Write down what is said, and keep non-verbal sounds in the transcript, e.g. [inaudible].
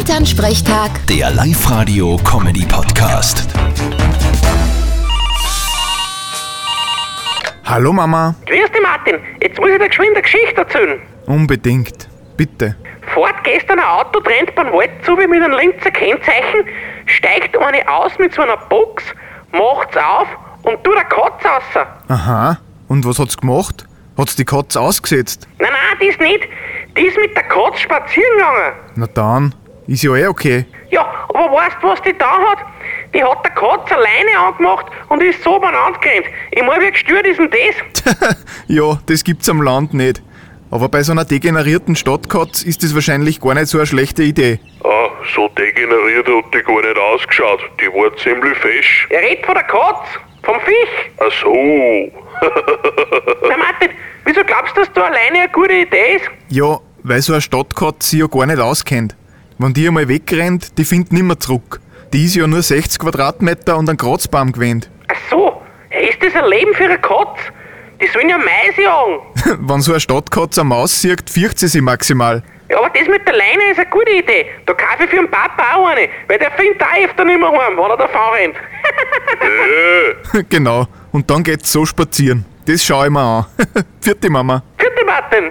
Elternsprechtag, Der Live-Radio-Comedy-Podcast. Hallo Mama, Grüß dich, Martin. Jetzt muss ich dir geschwind eine Geschichte erzählen. unbedingt. Bitte. Fährt gestern ein Auto, trennt beim Wald zu wie mit einem Linzer Kennzeichen, steigt eine aus mit so einer Box, macht's auf und tut eine Katze raus. Aha. Und was hat's gemacht? Hat's die Katze ausgesetzt? Nein, nein, dies nicht. Die ist mit der Katze spazieren gegangen. Na dann, ist ja eh okay. Ja, aber weißt du, was die da hat? Die hat der Katze alleine angemacht und ist so beieinander gerannt. Ich meine, wie gestört ist denn das? Ja, das gibt's am Land nicht. Aber bei so einer degenerierten Stadtkatze ist das wahrscheinlich gar nicht so eine schlechte Idee. Ah, so degeneriert hat die gar nicht ausgeschaut. Die war ziemlich fesch. Er redet von der Katze, vom Fisch. Ach so. Na Martin, wieso glaubst du, dass da alleine eine gute Idee ist? Ja, weil so eine Stadtkatze sich ja gar nicht auskennt. Wenn die einmal wegrennt, die findet nimmer zurück. Die ist ja nur 60 Quadratmeter und ein Kratzbaum gewöhnt. Ach so, hey, ist das ein Leben für eine Katze? Die sollen ja Mais jagen. [laughs] Wenn so eine Stadtkatze eine Maus sieht, fürcht sie sich maximal. Ja, aber das mit der Leine ist eine gute Idee. Da kaufe ich für den Papa auch eine, weil der findet auch öfter nicht mehr heim, wenn er davon rennt. [laughs] [laughs] genau. Und dann geht's so spazieren. Das schau ich mir an. [laughs] Vierte Mama. Gute Martin.